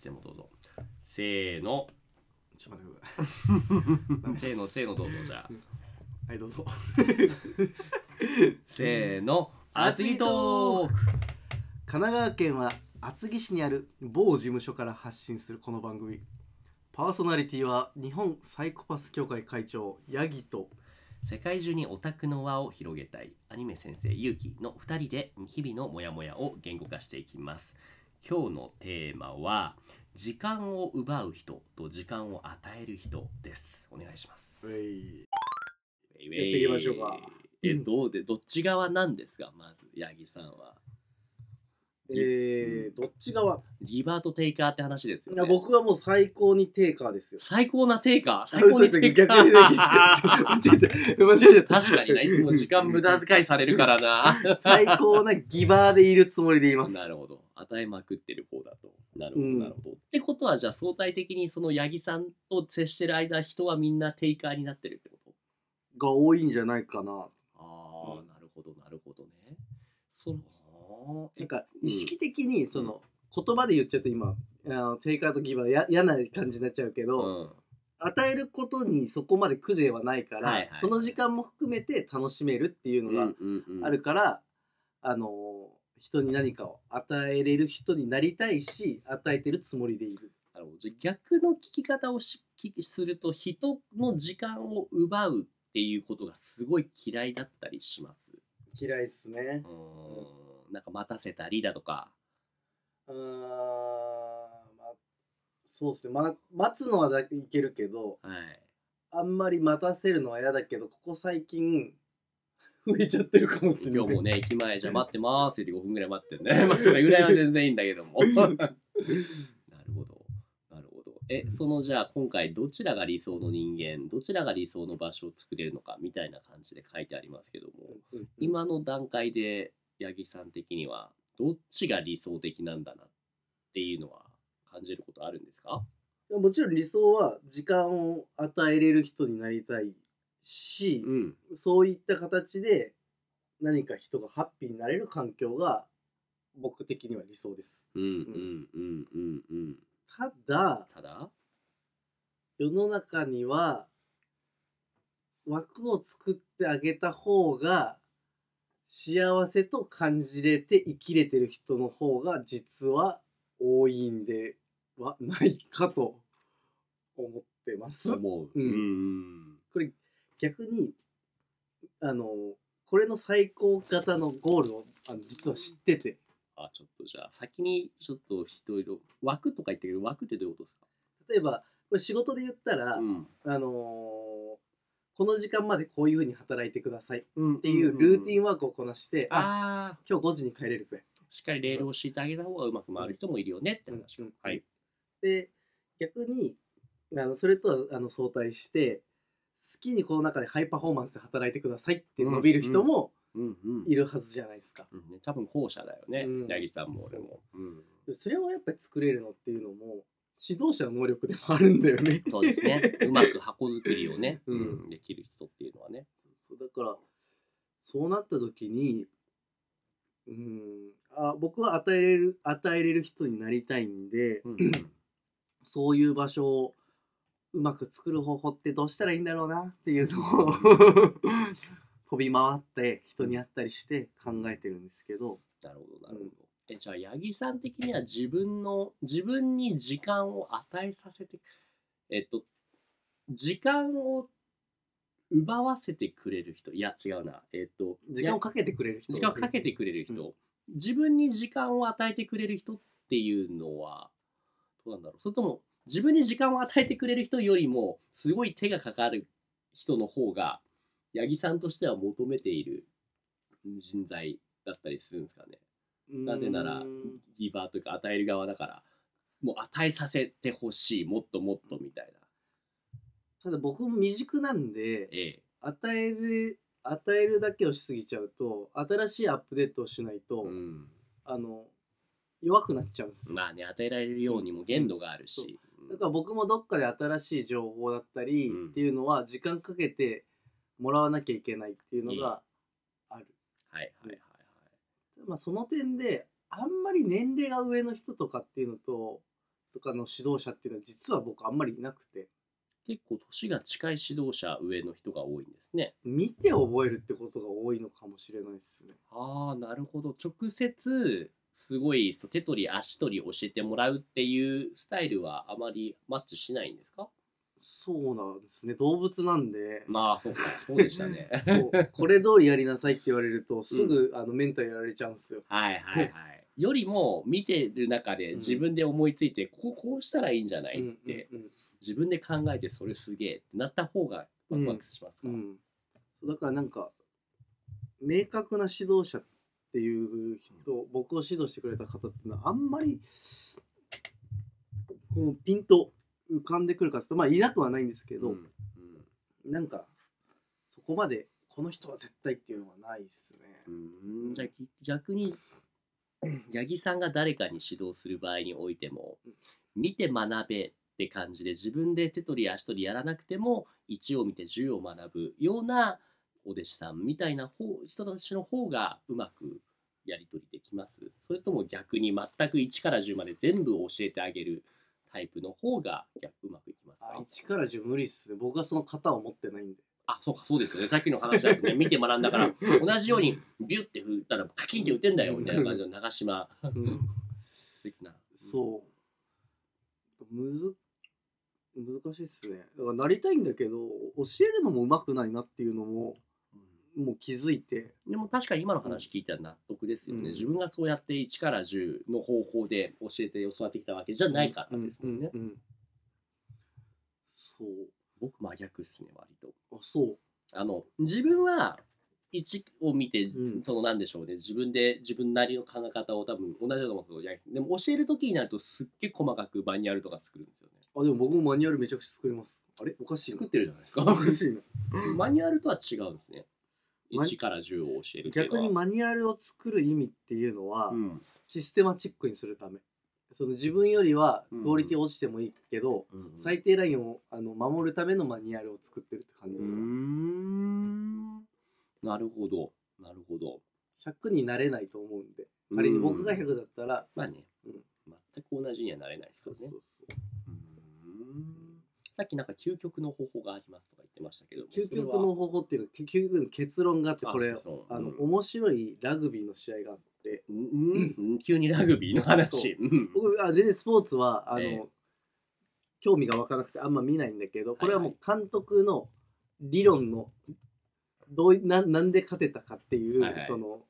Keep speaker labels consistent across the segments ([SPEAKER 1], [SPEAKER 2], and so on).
[SPEAKER 1] 点もどうぞせーの
[SPEAKER 2] ちょっと待ってください
[SPEAKER 1] せーのせーのどうぞじゃあ
[SPEAKER 2] はいどうぞ
[SPEAKER 1] せーの厚木トーク
[SPEAKER 2] 神奈川県は厚木市にある某事務所から発信するこの番組パーソナリティは日本サイコパス協会会長ヤギと
[SPEAKER 1] 世界中にオタクの輪を広げたいアニメ先生ゆうきの2人で日々のモヤモヤを言語化していきます今日のテーマは時間を奪う人と時間を与える人ですお願いします
[SPEAKER 2] うい
[SPEAKER 1] やって
[SPEAKER 2] ていきましょうか
[SPEAKER 1] えどうでどっち側なんですかまず八木さんは
[SPEAKER 2] えー、どっち側
[SPEAKER 1] リバートテイカーって話ですよ
[SPEAKER 2] い
[SPEAKER 1] ね
[SPEAKER 2] や僕はもう最高にテイカーですよ
[SPEAKER 1] 最高なテイカー最高にテイカー
[SPEAKER 2] あ嘘です逆に間違えちゃった間違えちゃった
[SPEAKER 1] 確かにないつも時間無駄遣いされるからな
[SPEAKER 2] 最高なギバーでいるつもりでいます
[SPEAKER 1] なるほど与えまくってる方だとなるほど
[SPEAKER 2] うん
[SPEAKER 1] なるほど、ってことはじゃあ相対的にその八木さんと接してる間人はみんなテイカーになってるってこと
[SPEAKER 2] が多いんじゃないかな
[SPEAKER 1] ああ、
[SPEAKER 2] うん
[SPEAKER 1] なるほどなるほどねその
[SPEAKER 2] なんか意識的にその言葉で言っちゃうと今あのテイカーとギバーや嫌な感じになっちゃうけど、
[SPEAKER 1] うん
[SPEAKER 2] 与えることにそこまで苦情はないから、
[SPEAKER 1] はいはい
[SPEAKER 2] その時間も含めて楽しめるっていうのがあるから、あのー人に何かを与えれる人になりたいし与えてるつもりでいる
[SPEAKER 1] なるほどじゃあ逆の聞き方をし聞きすると人の時間を奪うっていうことがすごい嫌いだったりします
[SPEAKER 2] 嫌いっすね
[SPEAKER 1] うーんなんか待たせたりだとか
[SPEAKER 2] うーん、まあ、そうっすね、ま、待つのはだいけるけど
[SPEAKER 1] はい
[SPEAKER 2] あんまり待たせるのは嫌だけどここ最近増えちゃってるかもしれ
[SPEAKER 1] 今
[SPEAKER 2] な
[SPEAKER 1] 日
[SPEAKER 2] い
[SPEAKER 1] もね、駅前じゃ待ってますって言って5分ぐらい待ってるね。 まあ、それぐらいは全然いいんだけども。なるほど。なるほど。え、そのじゃあ今回どちらが理想の人間、どちらが理想の場所を作れるのかみたいな感じで書いてありますけども、
[SPEAKER 2] うんうん
[SPEAKER 1] 今の段階で八木さん的には、どっちが理想的なんだなっていうのは感じることあるんですか
[SPEAKER 2] いやもちろん理想は時間を与えれる人になりたいし、
[SPEAKER 1] ん。
[SPEAKER 2] そういった形で何か人がハッピーになれる環境が僕的には理想です。
[SPEAKER 1] うんうんうんうんうん。
[SPEAKER 2] ただ
[SPEAKER 1] ただ
[SPEAKER 2] 世の中には枠を作ってあげた方が幸せと感じれて生きれてる人の方が実は多いんではないかと思ってます。
[SPEAKER 1] 思う。
[SPEAKER 2] うん
[SPEAKER 1] ん。
[SPEAKER 2] これ逆にあのこれの最高型のゴールをあの実は知ってて
[SPEAKER 1] あ、ちょっとじゃあ、先にちょっとひどいろ、枠とか言ったけど、枠ってどういうことですか
[SPEAKER 2] 例えばこれ仕事で言ったら、
[SPEAKER 1] ん。
[SPEAKER 2] あのーこの時間までこういうふうに働いてくださいっ
[SPEAKER 1] うん、って
[SPEAKER 2] いうルーティ
[SPEAKER 1] ン。
[SPEAKER 2] ンワークをこなして、あ
[SPEAKER 1] ああ、
[SPEAKER 2] 今日5時に帰れるぜ
[SPEAKER 1] しっかりレールを敷いてあげた方がうまく回る人もいるよねって話。
[SPEAKER 2] うん
[SPEAKER 1] はい。
[SPEAKER 2] で逆にあのそれとはあの相対して好きにこの中でハイパフォーマンスで働いてくださいって伸びる人も
[SPEAKER 1] うんうん
[SPEAKER 2] いるはずじゃないですか。
[SPEAKER 1] うんね、多分後者だよね
[SPEAKER 2] うん、
[SPEAKER 1] 八木さんも俺も。うん
[SPEAKER 2] でもそれをやっぱり作れるのっていうのも指導者の能力でもあるんだよね。
[SPEAKER 1] そうですね。うまく箱作りをね、
[SPEAKER 2] うん
[SPEAKER 1] うんできる人っていうのはね。
[SPEAKER 2] そうだからそうなった時にうんあ僕は与えれる与えれる人になりたいんで
[SPEAKER 1] うんうん
[SPEAKER 2] そういう場所をうまく作る方法ってどうしたらいいんだろうなっていうのを 飛び回って人に会ったりして考えてるんですけど
[SPEAKER 1] なるほど、なるほど。え、じゃあ、八木さん的には自分の、自分に時間を与えさせて、えっと、時間を奪わせてくれる人、いや、違うな。えっと、
[SPEAKER 2] 時間をかけてくれる人
[SPEAKER 1] 時間をかけてくれる人、自分に時間を与えてくれる人っていうのは、どうなんだろう。それとも、自分に時間を与えてくれる人よりも、すごい手がかかる人の方が、八木さんとしては求めている人材だったりするんですかね。なぜなら
[SPEAKER 2] うん
[SPEAKER 1] ギバーというか与える側だからもう与えさせてほしいもっともっとみたいな
[SPEAKER 2] ただ僕も未熟なんで
[SPEAKER 1] ええ
[SPEAKER 2] 与える与えるだけをしすぎちゃうと新しいアップデートをしないと、
[SPEAKER 1] うん
[SPEAKER 2] あの弱くなっちゃうんですよ
[SPEAKER 1] まあね与えられるようにも限度があるし、
[SPEAKER 2] だから僕もどっかで新しい情報だったり
[SPEAKER 1] うん
[SPEAKER 2] っていうのは時間かけてもらわなきゃいけないっていうのがある、
[SPEAKER 1] はいはいはい
[SPEAKER 2] まあ、その点であんまり年齢が上の人とかっていうのととかの指導者っていうのは実は僕あんまりいなくて
[SPEAKER 1] 結構年が近い指導者上の人が多いんですね。
[SPEAKER 2] 見て覚えるってことが多いのかもしれないですね。
[SPEAKER 1] ああなるほど直接すごいそう手取り足取り教えてもらうっていうスタイルはあまりマッチしないんですか
[SPEAKER 2] そうなんですね動物なんで、
[SPEAKER 1] まあそうかそうでしたね
[SPEAKER 2] そうこれ通りやりなさいって言われるとすぐ、あのメンタルやられちゃうんですよ。
[SPEAKER 1] はいはいはいよりも見てる中で自分で思いついて、こここうしたらいいんじゃないって、
[SPEAKER 2] うんうん
[SPEAKER 1] 自分で考えてそれすげえってなった方がワクワクしますか、
[SPEAKER 2] うんうんそうだからなんか明確な指導者っていう人僕を指導してくれた方っていうのはあんまりこのピンと浮かんでくるかっつったらまあいなくはないんですけど、
[SPEAKER 1] うん
[SPEAKER 2] なんかそこまでこの人は絶対っていうのはないですね。
[SPEAKER 1] うんじゃあぎ逆に 八木さんが誰かに指導する場合においても見て学べって感じで自分で手取り足取りやらなくても1を見て10を学ぶようなお弟子さんみたいな方人たちの方がうまくやり取りできますそれとも逆に全く1から10まで全部教えてあげるタイプの方が逆うまくいきますか
[SPEAKER 2] あ一から十無理っすね。僕はその型を持ってないんで。
[SPEAKER 1] あ、そうか、そうですよね。さっきの話だと ね、見て学んだから、同じようにビュって振ったらカキンって打てんだよ、みたいな感じの長島的な。
[SPEAKER 2] そう。むず、難しいっすね。だからなりたいんだけど、教えるのもうまくないなっていうの
[SPEAKER 1] う
[SPEAKER 2] も、
[SPEAKER 1] ん。
[SPEAKER 2] もう気づいて。
[SPEAKER 1] でも確かに今の話聞いたら納得ですよね。
[SPEAKER 2] うん
[SPEAKER 1] 自分がそうやって1から10の方法で教えて教わってきたわけじゃないからですもんね。
[SPEAKER 2] うんうんうんそう。
[SPEAKER 1] 僕真逆っすね、割と。
[SPEAKER 2] あ、そう。
[SPEAKER 1] あの、自分は1を見て、
[SPEAKER 2] うん
[SPEAKER 1] そのなんでしょうね、自分で自分なりの考え方を多分同じだと思うんですけどやります、でも教える時になるとすっげえ細かくマニュアルとか作るんですよね。
[SPEAKER 2] あ、でも僕もマニュアルめちゃくちゃ作ります。あれおかしいな
[SPEAKER 1] 作っ。てるじゃないですか。
[SPEAKER 2] おかしいな。
[SPEAKER 1] マニュアルとは違うんですね。
[SPEAKER 2] マニ
[SPEAKER 1] 1から10を教えるっていうの
[SPEAKER 2] 逆
[SPEAKER 1] は。
[SPEAKER 2] にマニュアルを作る意味っていうのは、
[SPEAKER 1] うん
[SPEAKER 2] システマチックにするためその自分よりはクオリティ落ちてもいいけど、
[SPEAKER 1] うんうん
[SPEAKER 2] 最低ラインをあの守るためのマニュアルを作ってるって感じ
[SPEAKER 1] う
[SPEAKER 2] で
[SPEAKER 1] ー
[SPEAKER 2] すよ、
[SPEAKER 1] ん。なるほど。なるほど。
[SPEAKER 2] 100になれないと思うんで仮に僕が
[SPEAKER 1] うん
[SPEAKER 2] 100だったら、
[SPEAKER 1] まあね、
[SPEAKER 2] うん
[SPEAKER 1] 全く同じにはなれないですけどね。
[SPEAKER 2] そうそう
[SPEAKER 1] うんさっきなんか究極の方法がありますとか言ってましたけども
[SPEAKER 2] 究極の方法っていうか究極の結論があって
[SPEAKER 1] あ
[SPEAKER 2] これ
[SPEAKER 1] そう
[SPEAKER 2] あの、
[SPEAKER 1] うん
[SPEAKER 2] 面白いラグビーの試合があって
[SPEAKER 1] それはうんうん急にラグビーの話。うん
[SPEAKER 2] 僕あ全然スポーツはあの、
[SPEAKER 1] ええ
[SPEAKER 2] 興味が湧かなくてあんま見ないんだけどこれはもう監督の理論のどういななんで勝てたかっていう、
[SPEAKER 1] はいはい
[SPEAKER 2] その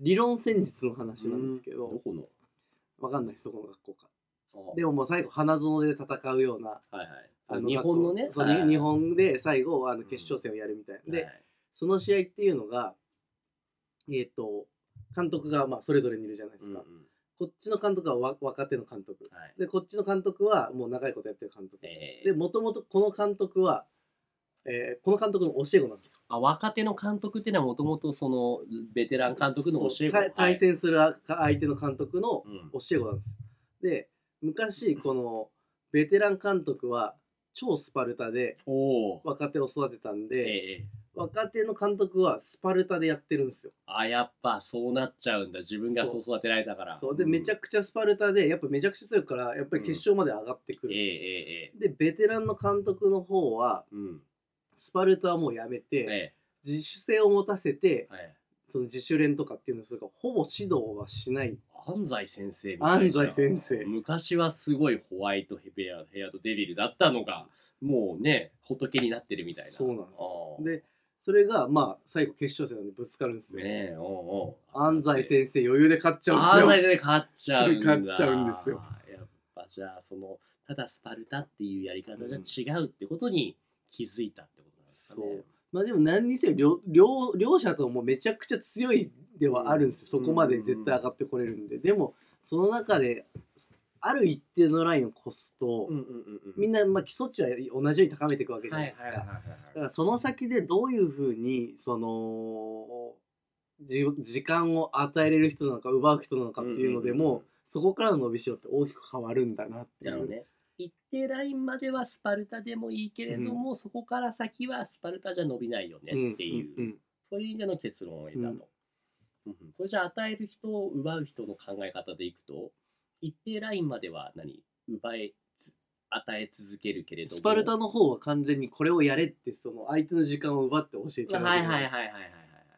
[SPEAKER 2] 理論戦術の話なんですけ
[SPEAKER 1] ど
[SPEAKER 2] ど、
[SPEAKER 1] この
[SPEAKER 2] わかんないですどこの学校か
[SPEAKER 1] あ
[SPEAKER 2] でももう最後花園で戦うような
[SPEAKER 1] はいはい
[SPEAKER 2] あ
[SPEAKER 1] 日本のね。
[SPEAKER 2] 学校そう
[SPEAKER 1] はい
[SPEAKER 2] に日本で最後あの決勝戦をやるみたいな、で、
[SPEAKER 1] はい
[SPEAKER 2] その試合っていうのがえっ、と監督がまあそれぞれにいるじゃないで
[SPEAKER 1] う
[SPEAKER 2] す
[SPEAKER 1] んうん
[SPEAKER 2] か、こっちの監督はわ若手の監督、
[SPEAKER 1] はい
[SPEAKER 2] でこっちの監督はもう長いことやってる監督
[SPEAKER 1] えー
[SPEAKER 2] でもともとこの監督は、えーこの監督の教え子なんです
[SPEAKER 1] あ若手の監督っていうのはもともとそのベテラン監督の教え子
[SPEAKER 2] そう対対戦するあか相手の監督の
[SPEAKER 1] うん
[SPEAKER 2] 教え子なんですで昔このベテラン監督は超スパルタで
[SPEAKER 1] おお、
[SPEAKER 2] 若手を育てたん
[SPEAKER 1] え
[SPEAKER 2] で、
[SPEAKER 1] えええ
[SPEAKER 2] 若手の監督はスパルタでやってるんですよ
[SPEAKER 1] あやっぱそうなっちゃうんだ自分がそう育てられたから
[SPEAKER 2] そうでめちゃ
[SPEAKER 1] く
[SPEAKER 2] くちゃスパルタでやっぱめちゃくちゃ強いからやっぱり決勝まで上がって
[SPEAKER 1] ええ
[SPEAKER 2] くる、
[SPEAKER 1] ええええ
[SPEAKER 2] でベテランの監督の方は
[SPEAKER 1] うん
[SPEAKER 2] スパルタはもうやめて、
[SPEAKER 1] え
[SPEAKER 2] 自主性を持たせて
[SPEAKER 1] えはい
[SPEAKER 2] その自主練とかっていうのとかほぼ指導はしない
[SPEAKER 1] 安西先生みたいじゃん
[SPEAKER 2] 安西先生
[SPEAKER 1] 昔はすごいホワイトヘアヘアとデビルだったのがもうね仏になってるみたいな
[SPEAKER 2] そうなんです
[SPEAKER 1] ああ
[SPEAKER 2] でそれがまあ最後決勝戦なんでぶつかるんですよ、
[SPEAKER 1] ねえおうおう
[SPEAKER 2] 安西先生余裕で勝っちゃ
[SPEAKER 1] あ
[SPEAKER 2] うん
[SPEAKER 1] ん
[SPEAKER 2] で
[SPEAKER 1] な
[SPEAKER 2] すよ
[SPEAKER 1] で勝っちゃうんだ
[SPEAKER 2] 勝っちゃうんですよ
[SPEAKER 1] やっぱじゃあそのただスパルタっていうやり方じゃ違うってことに気づいたってことなんですかね、
[SPEAKER 2] そうまあでも何にせよ両両両者とももうめちゃくちゃ強いではあるんですよ、
[SPEAKER 1] うん
[SPEAKER 2] そこまで絶対上がってこれるんで、でもその中である一定のラインを越すと、
[SPEAKER 1] んうんうんうん
[SPEAKER 2] みんなまあ基礎値は同じように高めていくわけじゃ
[SPEAKER 1] は
[SPEAKER 2] な
[SPEAKER 1] い
[SPEAKER 2] いですか、
[SPEAKER 1] はいはいはい
[SPEAKER 2] だか
[SPEAKER 1] はい
[SPEAKER 2] らその先でどういうふうにそのじ時間を与えれる人なのか奪う人なのかっていうのでも、
[SPEAKER 1] うんうんうん
[SPEAKER 2] そこからの伸びしろって大きく変わるんだなってい
[SPEAKER 1] なるほ
[SPEAKER 2] う、
[SPEAKER 1] どね一定ラインまではスパルタでもいいけれども、そこから先はスパルタじゃ伸びないよね
[SPEAKER 2] うん
[SPEAKER 1] っていう、
[SPEAKER 2] うんうん
[SPEAKER 1] そういう意味での結論を得たと、うんうんそれじゃあ与える人を奪う人の考え方でいくと一定ラインまでは何奪えつ与え続けるけれども
[SPEAKER 2] スパルタの方は完全にこれをやれってその相手の時間を奪って教えちゃうわ
[SPEAKER 1] は
[SPEAKER 2] け
[SPEAKER 1] い
[SPEAKER 2] じゃ
[SPEAKER 1] は
[SPEAKER 2] ない
[SPEAKER 1] はい
[SPEAKER 2] いです
[SPEAKER 1] はいは
[SPEAKER 2] か
[SPEAKER 1] いは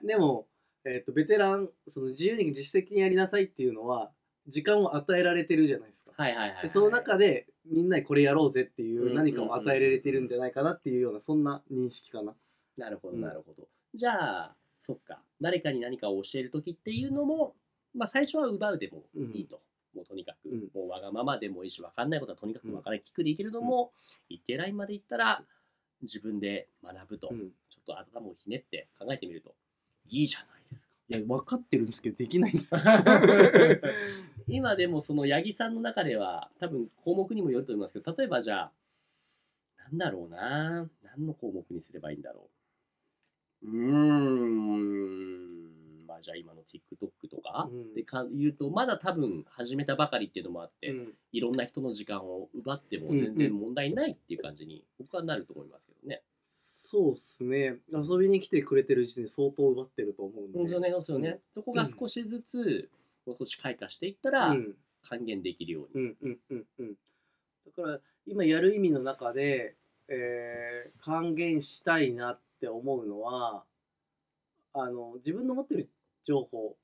[SPEAKER 1] い
[SPEAKER 2] でも、えっとベテランその自由に自主的にやりなさいっていうのは時間を与えられてるじゃないですか、
[SPEAKER 1] はいはいはいはい
[SPEAKER 2] でその中でみんなにこれやろうぜってい
[SPEAKER 1] うん
[SPEAKER 2] う何かを与えられてるんじゃないかなっていうようなそんな認識かな
[SPEAKER 1] なるほど
[SPEAKER 2] うん
[SPEAKER 1] なるほど、じゃあそっか誰かに何かを教える時っていうのも、まあ、最初は奪うでもいいと、もうとにかく、
[SPEAKER 2] うん
[SPEAKER 1] もうわがままでもいいし分かんないことはとにかく分からない聞くでいいけれども、一定ラインまでいったら自分で学ぶと、
[SPEAKER 2] うん
[SPEAKER 1] ちょっと頭をひねって考えてみるといいじゃないですか。
[SPEAKER 2] いや分かってるんですけどできないっす
[SPEAKER 1] 今でもその八木さんの中では多分項目にもよると思いますけど例えばじゃあなんだろうな何の項目にすればいいんだろううーんまあじゃあ今の TikTok とか、
[SPEAKER 2] うん
[SPEAKER 1] でか言うとまだ多分始めたばかりっていうのもあって、
[SPEAKER 2] うん
[SPEAKER 1] いろんな人の時間を奪っても
[SPEAKER 2] うん
[SPEAKER 1] 全然問題ないっていう感じに僕はなると思いますけどね。
[SPEAKER 2] そうっすね遊びに来てくれてる時点で相当奪ってると思うんで
[SPEAKER 1] 本当ねですよね、
[SPEAKER 2] うん
[SPEAKER 1] そこが少しずつ、もう少し開花していったら、
[SPEAKER 2] うん
[SPEAKER 1] 還元できるよう
[SPEAKER 2] う
[SPEAKER 1] に。
[SPEAKER 2] んうんうんうんだから今やる意味の中で、えー還元したいなって思うのはあの自分の持ってる情報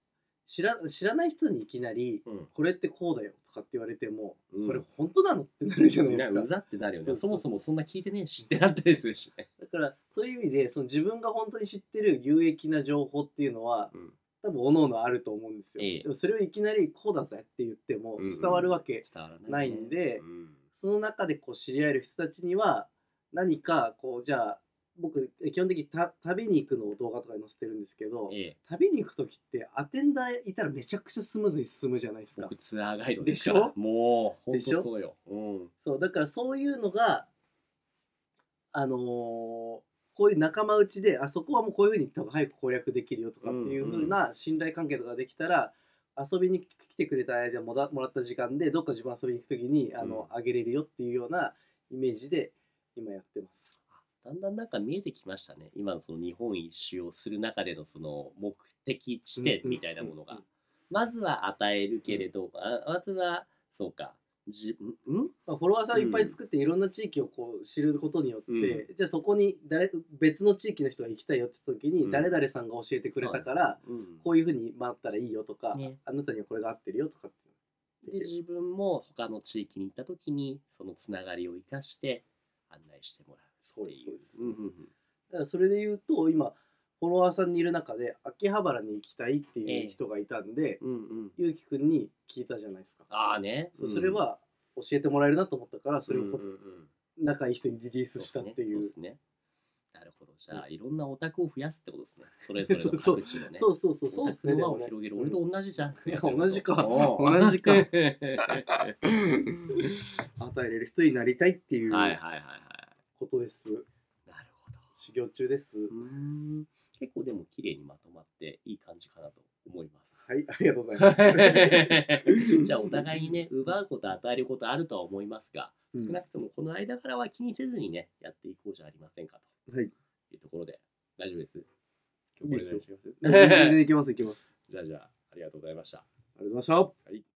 [SPEAKER 2] 知ら知らない人にいきなり
[SPEAKER 1] うん
[SPEAKER 2] 「これってこうだよ」とかって言われても、
[SPEAKER 1] うん
[SPEAKER 2] それ本当なのってなるじゃないで
[SPEAKER 1] な
[SPEAKER 2] す
[SPEAKER 1] う
[SPEAKER 2] か。
[SPEAKER 1] ざってなるよね
[SPEAKER 2] そう
[SPEAKER 1] そ
[SPEAKER 2] そう
[SPEAKER 1] もそもそんな聞いてねえしってなったりするしね、
[SPEAKER 2] だからそういう意味でその自分が本当に知ってる有益な情報っていうのは
[SPEAKER 1] うん
[SPEAKER 2] 多分おののあると思うんですよ。
[SPEAKER 1] ええ
[SPEAKER 2] でもそれをいきなり「こうだぜ」って言っても
[SPEAKER 1] うんうん
[SPEAKER 2] 伝わるわけ
[SPEAKER 1] 伝わらね
[SPEAKER 2] ないんで
[SPEAKER 1] うん
[SPEAKER 2] その中でこう知り合える人たちには何かこうじゃあ僕え基本的にた旅に行くのを動画とかに載せてるんですけど
[SPEAKER 1] ええ
[SPEAKER 2] 旅に行く時ってアテンダーいたらめちゃくちゃスムーズに進むじゃないですか
[SPEAKER 1] 僕ツアーガイドですから
[SPEAKER 2] でし
[SPEAKER 1] もう本
[SPEAKER 2] でしょ
[SPEAKER 1] 当そうよ、うん、
[SPEAKER 2] そうだからそういうのがあのーこういう仲間内であそこはもうこういうふうに行った方が早く攻略できるよとかっていうふうな信頼関係とかができたら、遊びに来てくれた間もらもらった時間でどっか自分遊びに行く時にあの、あげれるよっていうようなイメージで今やってます。
[SPEAKER 1] だんだんなんか見えてきましたね今のその日本一周をする中でのその目的地点みたいなものが、
[SPEAKER 2] うんうんうん
[SPEAKER 1] まずは与えるけれど、あまずはそうかじんん
[SPEAKER 2] まあ、フォロワーさんをいっぱい作っていろんな地域をこう知ることによって、
[SPEAKER 1] う
[SPEAKER 2] じゃあそこに誰別の地域の人が行きたいよって時
[SPEAKER 1] うん
[SPEAKER 2] に誰々さんが教えてくれたから、
[SPEAKER 1] うん
[SPEAKER 2] こういうふうに回ったらいいよとか、
[SPEAKER 1] ね
[SPEAKER 2] あなたにはこれが合ってるよとかって
[SPEAKER 1] で自分も他の地域に行った時にそのつながりを生かして案内してもらう
[SPEAKER 2] そう
[SPEAKER 1] って
[SPEAKER 2] いう
[SPEAKER 1] い
[SPEAKER 2] こ
[SPEAKER 1] う
[SPEAKER 2] とです、
[SPEAKER 1] うんうんうん
[SPEAKER 2] だからそれで言うと今フォロワーさんにいる中で秋葉原に行きたいっていう人がいたんで、
[SPEAKER 1] うんうん、
[SPEAKER 2] ゆうきくんに聞いたじゃないですか
[SPEAKER 1] ああね
[SPEAKER 2] そうそれ、は教えてもらえるなと思ったからそれを
[SPEAKER 1] うん
[SPEAKER 2] こ
[SPEAKER 1] うんうん
[SPEAKER 2] 仲いい人にリリー
[SPEAKER 1] そう
[SPEAKER 2] スしたっていう
[SPEAKER 1] で。すねそうですねなるほどじゃあいろんなオタクを増やすってことですねそれぞれの
[SPEAKER 2] そう
[SPEAKER 1] 各地のね
[SPEAKER 2] そうそうそうそ
[SPEAKER 1] オ
[SPEAKER 2] うっ
[SPEAKER 1] タ
[SPEAKER 2] す
[SPEAKER 1] ク
[SPEAKER 2] ね
[SPEAKER 1] の輪
[SPEAKER 2] で
[SPEAKER 1] を
[SPEAKER 2] もね
[SPEAKER 1] 広げる俺と同じじゃん
[SPEAKER 2] いや 同じ か
[SPEAKER 1] おー
[SPEAKER 2] 同じか
[SPEAKER 1] はいはい
[SPEAKER 2] 与えれる人になりたいっていう
[SPEAKER 1] はいはい
[SPEAKER 2] ことです、
[SPEAKER 1] なるほど
[SPEAKER 2] 修行中です、
[SPEAKER 1] うーん結構でも綺麗にまとまっていい感じかなと思います
[SPEAKER 2] はいありがとうご ざい ます
[SPEAKER 1] じゃあお互いにね奪うこと与えることあるとは思いますが
[SPEAKER 2] うん
[SPEAKER 1] 少なくともこの間からは気にせずにねやっていこうじゃありませんかと
[SPEAKER 2] はい
[SPEAKER 1] いうところで大丈夫です
[SPEAKER 2] いいっすよ
[SPEAKER 1] 今日これぐらいにします
[SPEAKER 2] 全然いけますいけます
[SPEAKER 1] じゃあじゃあありがとうございました。
[SPEAKER 2] ありがとうございました